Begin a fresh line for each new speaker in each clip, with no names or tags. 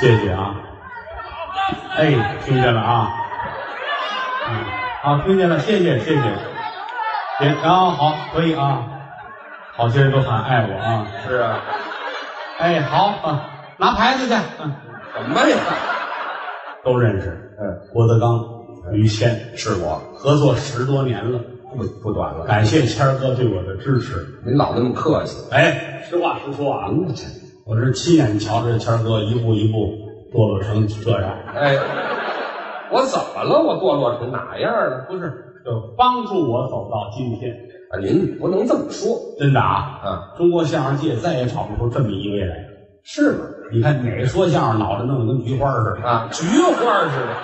谢谢啊。哎，听见了啊。嗯，好，听见了，谢谢谢谢。别，啊，好，可以啊。好些人都喊爱我啊。
是啊，
哎，好啊，拿牌子去。嗯，
什么呀？
都认识。
嗯，
郭德纲、于谦
是我，
合作十多年了，
不不短了。
感谢谦儿哥对我的支持。
您老那么客气，
哎，实话实说啊，
您这，
我是亲眼瞧着谦儿哥一步一步堕落成这样。
哎，我怎么了？我堕落成哪样了？
不是，就帮助我走到今天。
啊，您不能这么说
真的啊，
啊，
中国相声界再也找不出这么一位来。
是吗？
你看哪个说相声脑袋弄得跟菊花似的？
啊，菊花似的，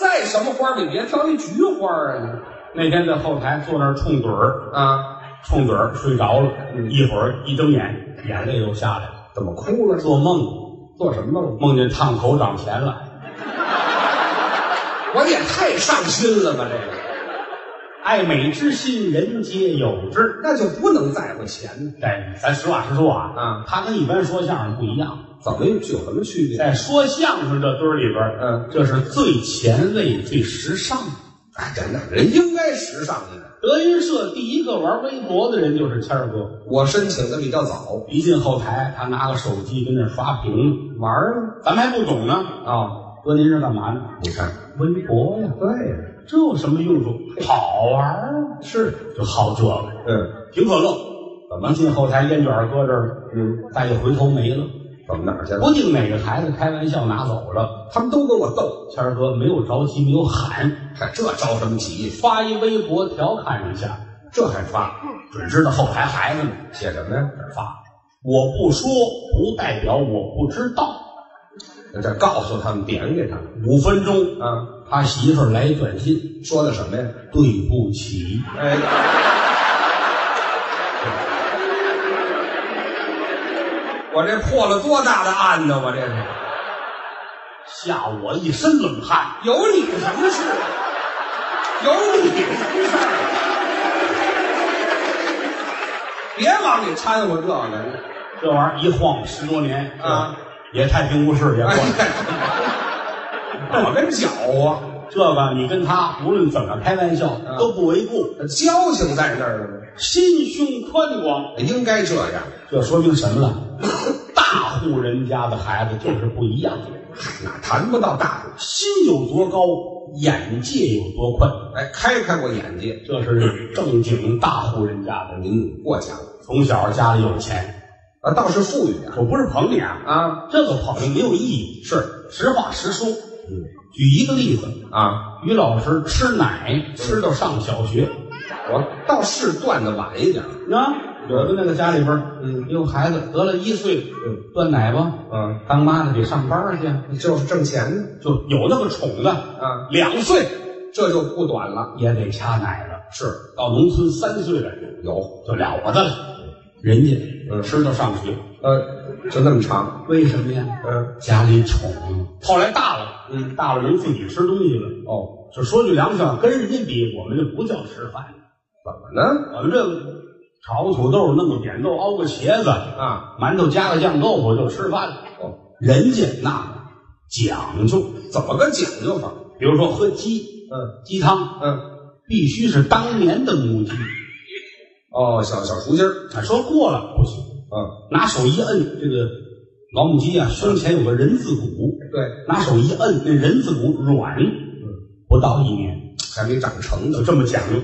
再什么花儿你别挑一菊花儿啊
那天在后台坐那儿冲盹儿，
你啊，
冲盹儿睡着了，
嗯
一会儿一睁眼，眼泪又下来了。
怎么哭了？
做梦
做什么梦？
梦见烫头涨钱了，
我也太上心了吧，这个
爱美之心人皆有之。
那就不能在乎钱呢。
但咱实话实说啊，
啊，
他跟一般说相声不一样，
怎么有有什么区别？
在说相声这堆儿里边儿，
嗯
这是最前卫、最时尚的。
哎，真的，人应该时尚一点。
德云社第一个玩微博的人就是谦儿哥，
我申请的比较早，
一进后台，他拿个手机跟那儿刷屏，
玩儿
咱们还不懂呢。
啊、哦。
哥，您是干嘛呢？
你看，
微博呀，
对呀，
这有什么用处？好玩儿啊，
是，
就好这个。
嗯
挺可乐，怎么一进后台烟卷儿搁这儿了，
嗯，
再一回头没了，
怎么哪儿去了？
不定哪个孩子开玩笑拿走了。
他们都跟我斗，
谦儿哥没有着急，没有喊，
嗨，这着什么急？
发一微博调侃一下，
这还发？
准知道后台孩子们
写什么呀？
发。我不说，不代表我不知道。
这告诉他们，点给他们
五分钟，
啊。
他媳妇儿来一短信，
说的什么呀？
对不起。
哎，我这破了多大的案呢？我这是
吓我一身冷汗。
有你什么事？啊有你什么事啊儿？别往里掺和这个。
这玩意儿一晃十多年
啊，
也太平无事也过
哎
来了。
呀，我跟脚啊，
这个你跟他无论怎么开玩笑
嗯
都不为过，
交情在那儿了吗？
心胸宽广，
应该这样，
这说明什么 了？大户人家的孩子就是不一样，
哪哎谈不到大度？
心有多高，眼界有多宽，
哎，开开我眼界，啊
这是正经大户人家的。
您过奖
从小家里有钱，
啊，倒是富裕点
我不是捧你啊，
啊，
这个捧没有意义，
是
实话实说。
嗯，
举一个例子，
啊，
于老师吃奶吃到上小学，
我倒是断的晚一点，
啊，有的那个家里边儿，
嗯
有孩子得了一岁，
嗯
断奶吧，
嗯，
当妈的得上班儿去，
就是挣钱呢
就有那个宠的，
啊，
两岁
这就不短了，
也得掐奶了。
是
到农村三岁了
有，
就了不得了，人家
嗯
吃到上学，
呃，就那么长，
为什么呀？
嗯
家里宠。后来大了，
嗯，
大了能自己吃东西了。
哦，
就说句良心话，跟人家比，我们这不叫吃饭，
怎么呢？
我们这炒个土豆，弄个扁豆，熬个茄子，
啊，
馒头加个酱豆腐就吃饭了。
哦
人家那讲究，
怎么个讲究法？
比如说喝鸡
嗯
鸡汤，
嗯，
必须是当年的母鸡。
哦，小小雏鸡儿，
啊，说过了不行，
嗯，
拿手一摁这个老母鸡啊，胸前有个人字骨，
对，
拿手一摁，那人字骨软，
嗯
不到一年
还没长成呢
就，这么讲究。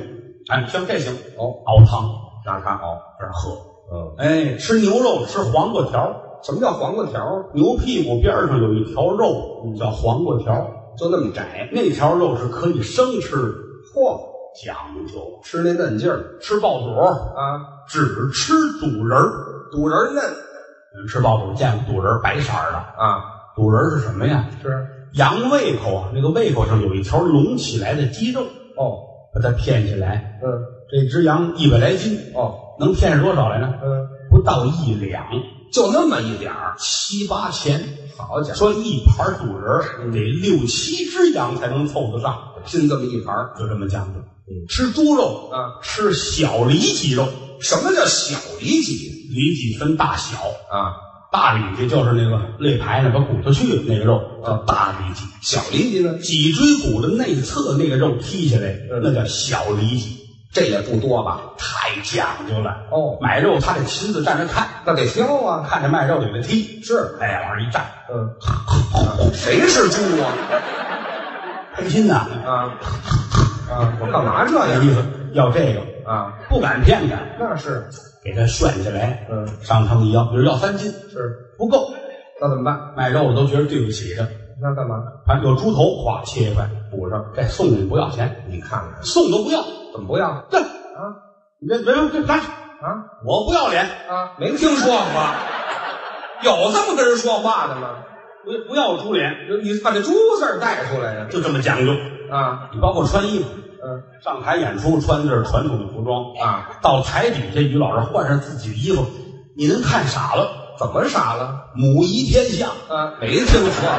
哎，像这行
哦，
熬汤
那它好，
这儿喝，
哦嗯，
哎，吃牛肉吃黄瓜条儿，
什么叫黄瓜条儿？
牛屁股边上有一条
嗯
肉叫黄瓜条儿，
就那么窄，
那条肉是可以生吃的，
嚯，
讲究
吃那嫩劲儿
吃爆肚儿
啊，
只吃肚仁儿，
肚仁儿嫩
嗯吃爆肚见过肚仁儿白色儿的。
啊，
肚仁儿是什么呀？
是，
羊胃口啊，那个胃口上有一条隆起来的肌肉，
哦，
把它片起来。
嗯，
这只羊一百来斤，
哦，
能片上多少来呢？
嗯，
不到一两，
就那么一点儿，
七八钱。
好家伙，
说一盘肚仁儿得六七只羊才能凑得上，
拼这么一盘儿
就这么讲究
嗯。
吃猪肉，
啊？
吃小里脊肉，
什么叫小里脊
里脊分大小，
啊？
大里脊就是那个肋排那个骨头去那个肉叫大里脊，
小里脊呢，
脊椎骨的内侧那个肉剔下来，
嗯
那叫小里脊，
这也不多吧？
太讲究了。
哦，
买肉他得亲自站着看，
那得挑啊。
看着卖肉的给他剔，
是，
哎，往上一站，
嗯，谁是猪啊？
开心呐，
啊啊！我干嘛这
这
样
意思要这个，
啊？
不敢骗他，
那是，
给他炫起来，
嗯，
上称一要，比如要三斤
是，
不够，
那怎么办？
卖肉的都觉得对不起他，
那干嘛？
反正有猪头，咵切一块补上，这送你不要钱，
你看看，
送都不要，
怎么不要
这
啊
你这别这来，
啊
我不要脸，
啊？没听说过，有这么跟人说话的吗？
不不要猪脸，
你把这猪字儿带出来呀、
就这么讲究。
啊？
你包括穿衣服，
嗯
上台演出穿的是传统的服装，
啊，
到台底下于老师换上自己的衣服，你能看傻了，
怎么傻了？
母仪天下，
啊，没听说，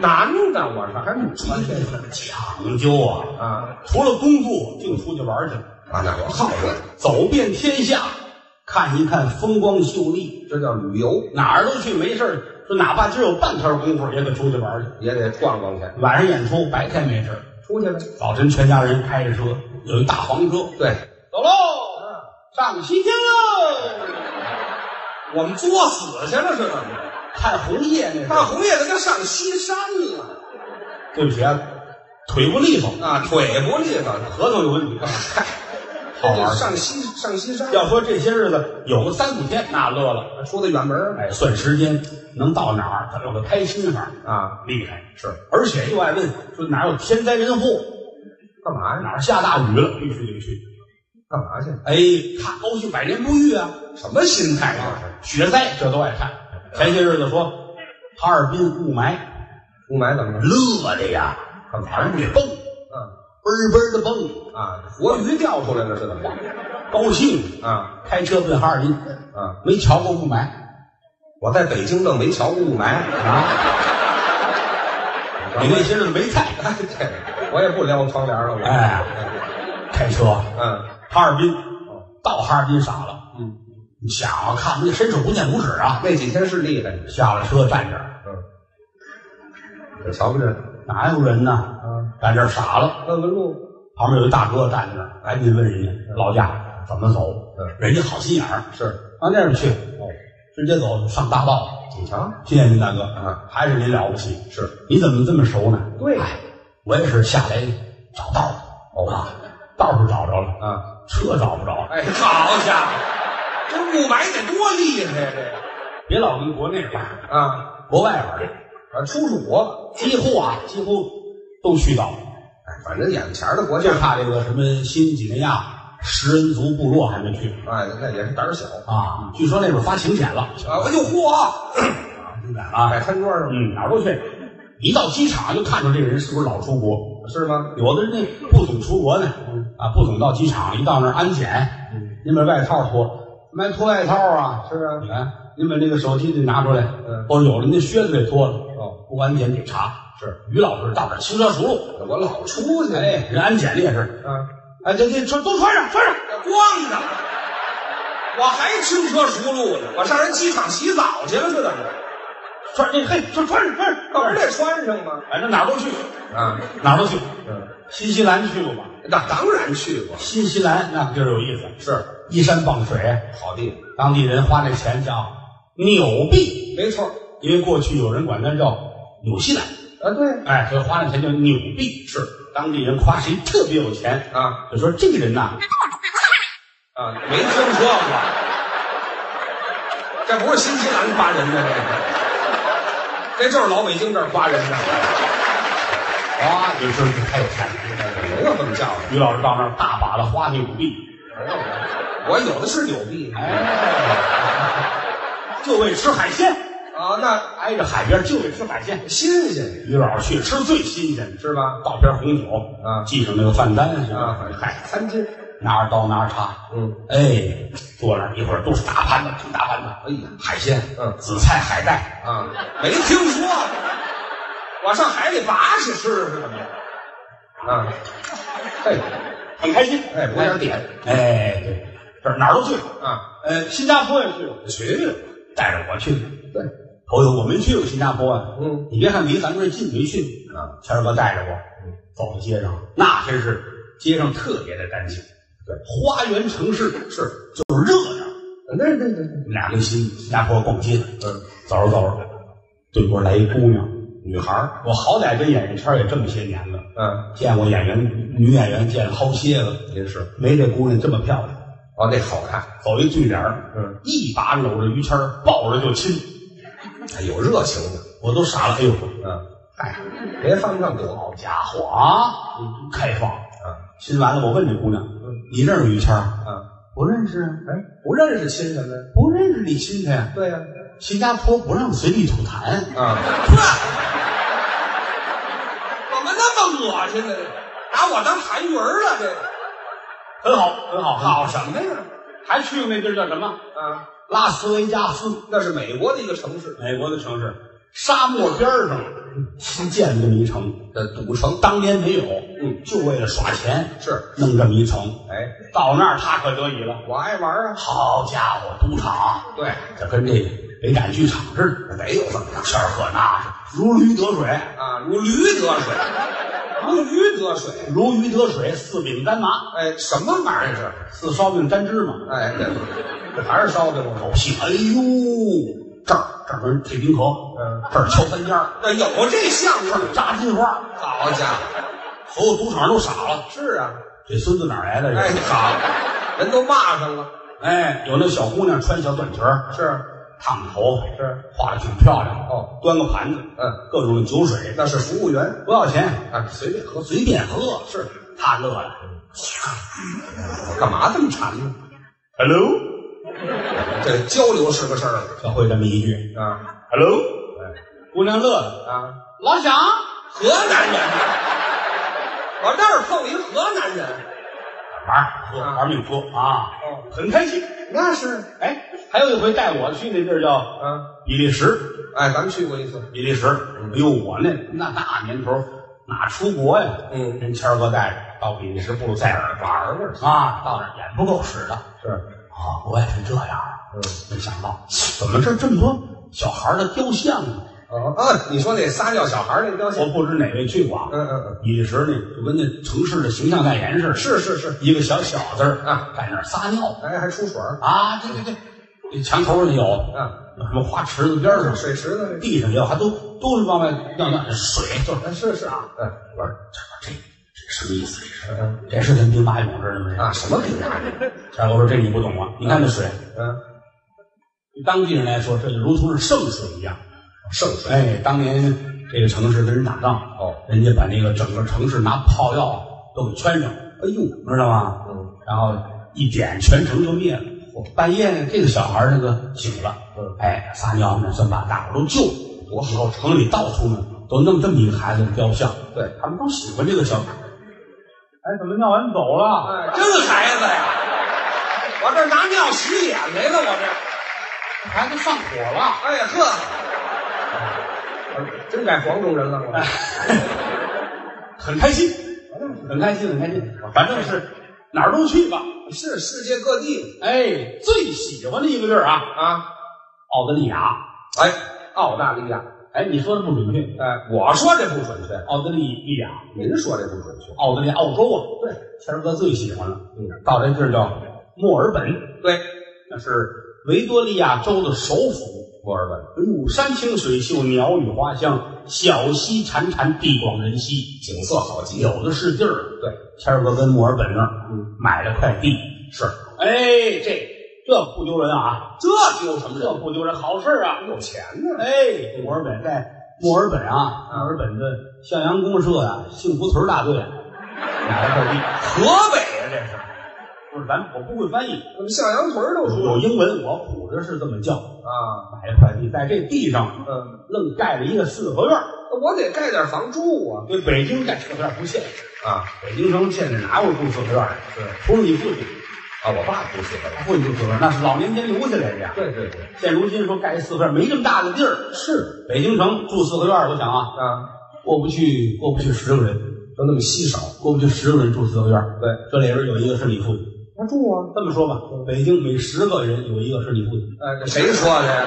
男的我是还没
穿
穿
这
这个
讲究啊！
啊
除了工作，净出去玩去，
啊，那我好这，
走遍天下，看一看风光秀丽，
这叫旅游，
哪儿都去没事儿，说哪怕今儿有半天功夫，也得出去玩去。
也得逛逛去，
晚上演出，白天没事儿，
出去了。
早晨全家人开着车，有一大黄车，
对，
走喽，上西天喽，
我们作死去了是怎么着？
看红叶那
看
是。
红叶子跟上西山了
对不起啊，腿不利索，
啊，腿不利索了。
核桃有问题。
嗨，
好玩儿
上西上西山，
要说这些日子有个三五天，那乐了。
出的远门儿
哎，算时间能到哪儿，咱有个开心法，
啊，
厉害。
是
而且又爱问说哪儿有天灾人祸，
干嘛呀？
哪儿下大雨了，必须得去。
干嘛去？
哎，看高兴百年不遇啊，
什么心态
啊
这是？
雪灾这都爱看。前些日子说哈尔滨雾霾，
雾霾怎么了？
乐的呀，
干嘛
往上给蹦，
嗯
嘣嘣的蹦，
啊，活鱼钓出来了是怎么着？
高兴。
啊
开车奔哈尔滨，
啊！
没瞧过雾霾。
我在北京愣没瞧过雾霾啊。
你那些日子没看。
这 我也不撩窗帘了，我
哎开车，
嗯
哈尔滨，到哈尔滨傻了。
嗯，
你想啊，看不见伸手不见五指啊！
那几天是厉害，
下了车站这儿，
我瞧不着
哪有人呢？
啊，
站这儿傻了。
问问路
旁边有一大哥站这儿，哎，您问人家老家怎么走？
嗯
人家好心眼儿，
是，
往那边去，哦，直接走上大道了。
你瞧
谢谢您大哥，
啊，
还是您了不起。
是
你怎么这么熟呢？
对
哎，我也是下来找道儿
哦
啊，道是找着了，
啊，
车找不着了。
哎，好家伙，这雾霾得多厉害呀、这个
别老跟国内玩，
啊
国外玩去。
啊，出出国，
几乎啊，几乎都去到，
哎，反正眼前的国
就
家，
差这个什么新几内亚食人族部落还没去
哎，那也是胆儿小
啊。据说那边发请柬了，
啊，我就嚯，
请柬啊，
摆餐桌上
嗯，哪儿都去。一到机场就看出这人是不是老出国，
是吗？
有的人那不懂出国呢，啊，不懂到机场，一到那儿安检，
嗯，
您把外套脱了，没脱外套啊？
是啊，
你看，您把那个手机得拿出来，
嗯，
或者有的那靴子给脱了，
哦，
不安检得查。
是
于老师到哪儿轻车熟路，
我老出去，
哎，人安检的也是，
啊。
哎，这这穿都穿上，穿上。
光着，我还轻车熟路呢，我上人机场洗澡去了，是怎么着？
穿这嘿，穿穿上穿上，
可不得穿上吗？
反正哪儿都去，
啊，
哪儿都去。
嗯，
新西兰去过吗？
那当然去过，
新西兰那个地儿有意思，
是
依山傍水，
好地方，
当地人花那钱叫纽币，
没错。
因为过去有人管它叫纽西兰，
啊，对
哎，所以花那钱叫纽币。是当地人夸谁特别有钱，
啊
就说这个人呐，
啊，没听说过，这不是新西兰夸人的， 这个，这就是老北京这儿夸人的，
哇，有时候就太有钱了。
没有这么叫的。
于老师到那儿大把的花纽币，哎
我有的是纽币
就为吃海鲜，
啊，那
挨着海边就为吃海鲜。
新鲜
于老师去吃最新鲜的，
是吧？
倒瓶红酒
啊
记上那个饭单是吧
啊？
嗨，
三斤，
拿着刀拿着叉，
嗯，
哎，坐那儿一会儿都是大盘子，大盘子，
哎呀，
海鲜，
嗯
紫菜、海带，
啊，没听说过，我上海里拔去吃是怎么着？啊，嘿，
很开心。
哎补点儿点，
哎，对，这儿哪儿都去。
啊，
呃，新加坡也去，
去
带着我去。
对，
头一回我没去过新加坡啊。
嗯
你别看离咱们这近没去，
啊，
谦儿哥带着我走到街上，那真是街上特别的干净，
对，
花园城市
是，
就是热闹。
那那那，
我们俩跟新新加坡逛街，
嗯，
走着走着，对过来一姑娘，女孩儿，我好歹跟演艺圈也这么些年了，
嗯，
见过演员女演员见了好些个，
您是，
没这姑娘这么漂亮。
哦，那好看，
走一对脸儿，
嗯，
一把搂着于谦儿，抱着就亲，
哎有热情的，
我都傻了。哎呦，
嗯，
哎，
别犯不上躲，
好家伙啊，开放
啊，
亲完了，我问这姑娘
嗯，
你认识于谦儿？
啊，
不认识啊，
哎，不认识亲什么呀？
不认识你亲他呀？
对呀，
新加坡不让随地吐痰，
啊，怎么那么恶心呢？拿我当韩云儿了，这
很
个
好，很好，好什么？
么呀？
还去过那地儿叫什么？
啊，
拉斯维加斯，
那是美国的一个城市，
美国的城市，沙漠边儿上新建的这么一城，
这呃赌城，
当年没有，
嗯，
就为了耍钱
是，
弄这么一城。
哎，
到那儿他可得意了，
我爱玩啊，
好家伙，赌场。
对，
就跟这北展剧场似的，得有这么样事儿喝那是如鱼得水，
啊，如驴得水，如驴得水，
如鱼得水，四饼沾麻，
哎，什么玩意儿这？
四烧饼沾芝麻，
哎，这这还是烧的我
狗屁！哎呦，这儿这儿有人退冰河，
嗯，
这儿敲三尖儿，
那有这项
这
目？
儿扎金花，
好家伙，
所有赌场都傻了，
是啊，
这孙子哪儿来的？
哎
这，
好，人都骂上了，
哎，有那小姑娘穿小短裙儿，
是
烫着头，
是，
画的挺漂亮，
哦，
端个盘子，
嗯，
各种的酒水，
那是服务员
不要钱，
啊，随便喝，
随便喝，
是，
他乐了
干嘛这么馋呢？
，Hello，
这交流是个事儿
就会这么一句，
啊
Hello，姑娘乐了，
啊，
老乡，
河南人啊，我那儿碰一河南人，
玩儿喝玩命喝啊，
哦，
很开心。
那是，
哎，还有一回带我去那地儿叫
啊，
比利时，
哎，咱们去过一次，
比利时。哎呦，我那那那年头哪出国呀？
嗯，
人谦儿哥带着到比利时布鲁塞尔玩儿玩儿啊，到那儿眼不够使的
是，
啊，国外是这样啊。
嗯。
没想到怎么这儿这么多小孩儿的雕像呢？
哦啊，你说那撒尿小孩儿那雕像，
我不知哪位去过啊，
嗯嗯
比利时那就跟那城市的形象代言似
嗯，
的，
是是是，
一个小小子儿
啊
在那儿撒尿。
哎，还出水儿，
啊，对对对，这墙头上有，
啊，
有什么花池子边上，
水池子
地上也有，还都都是往外尿尿，水就是
那，是是啊，嗯，
我说这这这什么意思？这是
嗯
这是跟兵马俑似的吗？
啊，什么品牌？
这我说这你不懂啊，你看这水，
嗯，
对当地人来说，这就如同是圣水一样。
圣水
哎，当年这个城市跟人打仗，
哦，
人家把那个整个城市拿炮药都给圈上，
哎呦，
知道吗？
嗯
然后一点全城就灭了。半夜呢，这个小孩儿那个醒了，
嗯
哎，撒尿呢，算把大伙儿都救，
多
好！城里到处呢都弄这么一个孩子的雕像，哎
对，
他们都喜欢这个小孩。哎，怎么尿完走了？
哎，真孩子呀，我这拿尿洗眼来了，我这，
孩子上火了。
哎呀呵，我真改黄种人了，我，
很开心，很开心，很开心。反正是哪儿都去吧。
是世界各地
哎，最喜欢的一个地儿啊，
啊，
澳大利亚。
哎，澳大利亚，
哎，你说的不准确，
哎，我说这不准确，
澳大利亚，
您说这不准确，
澳大利亚，澳洲啊。
对，
谦儿哥最喜欢了。
嗯，
到这地儿叫墨尔本，
对，
那是维多利亚州的首府。
墨尔本
哎呦，山清水秀，鸟语花香，小溪潺潺，地广人稀，
景色好极了，
有的是地儿。
对，
谦儿哥跟墨尔本那儿
嗯
买了块地，
是。
哎，这这不丢人啊，
这丢什么
这
人？
不丢人，好事儿啊。
有钱呢？
哎，墨尔本在墨尔本啊，墨尔本的向阳公社呀、幸福屯大队啊买了块地，
河北哎呀、这是。
不是咱我不会翻译，
我们向阳屯都
有
说
英文，我唬着是这么叫。
啊，
买了块地，在这地上
嗯，
愣盖了一个四合院儿。
那我得盖点房住啊
对，北京盖四合院儿不现实，
啊
北京城现在哪有住四合院儿的？啊
是
除了你父亲，
啊，我爸不是河北。
父亲住四合院儿，那是老年间留下来的呀。
对对对，
现如今说盖一四合院儿没这么大的地儿，
是
北京城住四合院儿，我想啊，
啊，
过不去过不去十个人，
就那么稀少。
过不去十个人住四合院儿。
对，
这里边有一个是你父亲，
那住啊，
这么说吧，北京每十个人有一个是你父亲，
呃，这谁说的呀？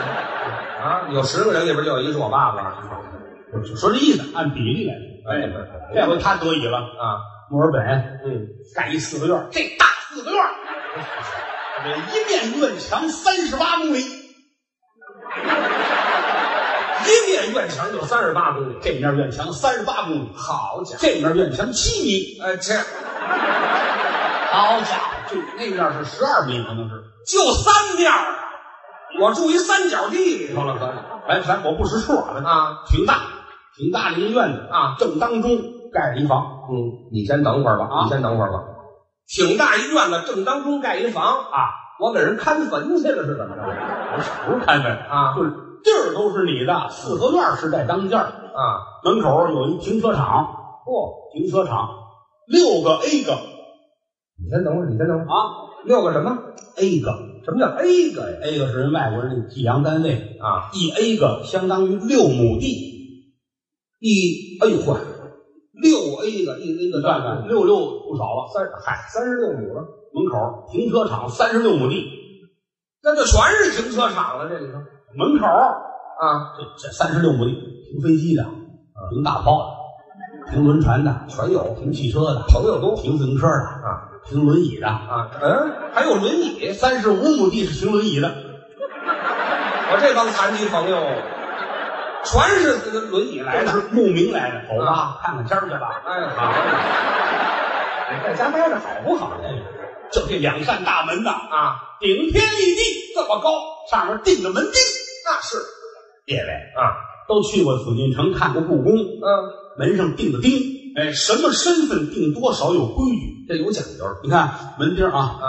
啊，有十个人里边就有一是我爸爸。
说这意思，按比例来。
哎对对
这回他得以了，
啊，
墨尔本
嗯，
盖一四合院，这大四合院，这一面院墙三十八公里，
一面院墙就三十八公里，
这面院墙三十八公里，
好家伙！
这面院墙七米，
呃，这
好家伙，就那面是十二米，可能是。
就三面儿啊，我住一三角地里头了，可
咱咱我不识数啊，
啊
挺大，挺大的一院子，
啊，
正当中盖着一房
嗯，你先等会儿吧，
啊
你先等会儿吧。挺大一院子，正当中盖一房，
啊，
我给人看坟去了是怎么着？
不是不是看门
啊
就是地儿都是你的，四合院是在当间儿
啊，
门口有一停车场，
嚯、
停车场六个 A 个
你先等会儿，你先等会儿。
啊
六个什么？
，A 个
什么叫 A 个呀？
A 个是人外国人的计量单位，
啊，
一 A 个相当于六亩地，
一，哎呦嚯，六 A 个，一 A 个
你看看六六不少了。
三嗨三十六亩了，
门口停车场三十六亩地，
那就全是停车场了，这里头
门口
啊，
这这三十六亩地停飞机的，呃停大炮的，停轮船的，
全有，
停汽车的，
朋友多
停自行车的，
啊
停轮椅的。
啊，嗯，还有轮椅，
三十五亩地是停轮椅的，
我这帮残疾朋友全是轮椅来
来
的
的，是慕名来的，走吧
啊，
看看天儿去吧。
哎，
啊
好，你哎在家待着好不好？
哎，就这两扇大门呐，
啊，
顶天立地，这么高，上面钉着门钉。
那是
列位
啊，
都去过紫禁城，看过故宫，
嗯，
门上钉的钉，哎，什么身份钉多少有规矩。
这有讲究
你看门钉啊，
啊，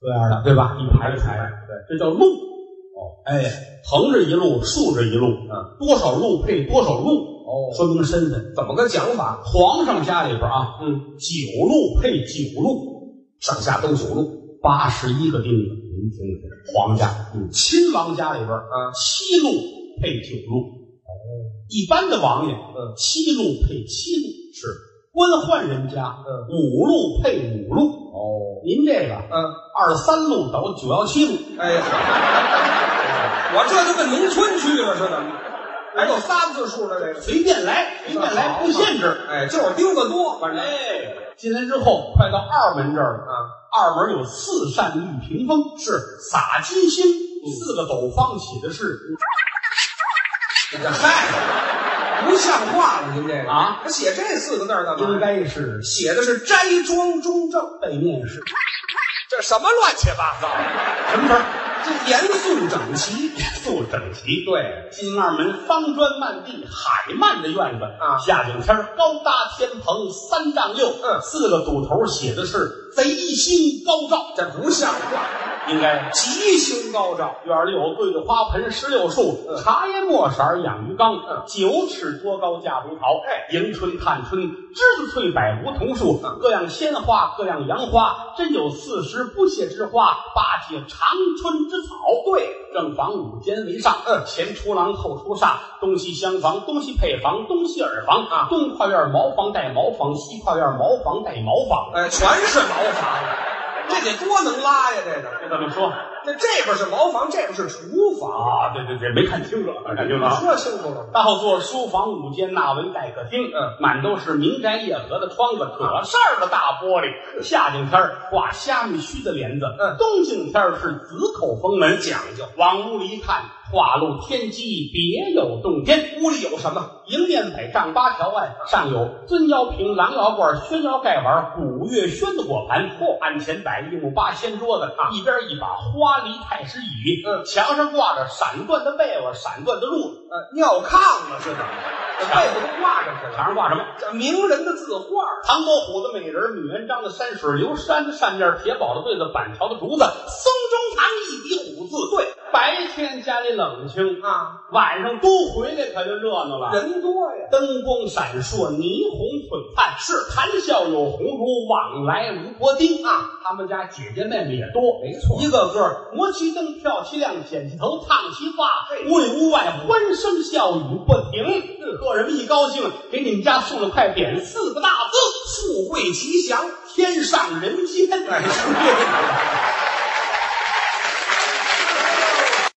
这样的对吧？一嗯排一排的，
对，
这叫路。哦，哎，横着一路，竖着一路，啊
嗯，
多少路配多少路，
哦
说明身份。
怎么个讲法？
皇上家里边啊，
嗯，
九路配九路，
上下都九路，
八十一个钉子。
您听听
皇家，
嗯
亲王家里边
啊，
七路配九路。一般的王爷，
嗯
七路配七路是官宦人家，
嗯
五路配五路。
哦，
您这个
嗯，
二三路倒九幺七路，
哎呀，我这就奔农村去了是怎么？还有仨哎字数的这个，
随便来，随便来，不限制。
哎，就是钉子多，反正
哎，进来之后，快到二门这儿了。
啊，
二门有四扇绿屏风，是洒金星，四个斗方起的是
这个嗨，不像话了，您这个
啊，
他写这四个字儿干嘛呀？
应该是
写的是斋庄中正，
背面是
这什么乱七八糟？
什么门？
这严肃整齐。
严肃整齐。
对，
进二门，方砖漫地，海漫的院子
啊
夏景天儿高搭天棚三丈六，
嗯
四个堵头写的是贼星高照，
这不像话，
应该
吉星高照。
院里有桂子花盆石榴树，
嗯
茶叶墨色儿养鱼缸
嗯，
九尺多高架胡桃，
哎
迎春、探春、栀子翠、百合、桐树，
嗯
各样鲜花，各样洋花，真有四时不谢之花，八戒长春之草。对，正房五间为上，
嗯
前出廊后出煞，东西厢房，东西配房，东西耳房啊，东跨院茅房带茅房，西跨院茅房带茅房。
哎，全是茅房，这得多能拉呀！这个，
这怎么说
这这边是茅房，这边是厨房。
啊？对对对，没看清楚，没看清楚啊。
说清楚了，
到座书房五间，纳文待客厅，
嗯，啊
满都是民宅夜合的窗子，可扇儿的大玻璃。夏景天儿挂虾米须的帘子，
嗯
冬景天儿是紫口封门，讲究。往屋里一看，画露天机，别有洞天。屋里有什么？迎面北丈八条案，上有尊窑瓶、狼窑罐、宣窑盖碗、古月轩的果盘。嚯，案前摆一木八仙桌子，一边一把花梨太师椅，
啊嗯
墙上挂着闪缎的被窝、闪缎的褥子，
呃，尿炕了是怎么
啊
着？这被子都挂上去
墙
了，
上挂什么？
这名人的字画儿
唐伯虎的美人，米元璋的山水，刘山的扇面，铁宝的对子，板桥的竹子，松中堂一笔虎字。对，白天家里冷清，
啊，
晚上都回来可就热闹了。
人多呀，
灯光闪烁，霓虹璀璨，是谈笑有鸿儒，往来无薄丁啊。他们家姐姐妹妹也多，
没错
一个个磨其灯，跳其亮，剪其头，烫其发
哎，
屋里屋外欢声笑语不停。客人们一高兴，给你们家送了块匾，四个大字：
富贵吉祥。
天上人间。
哎，是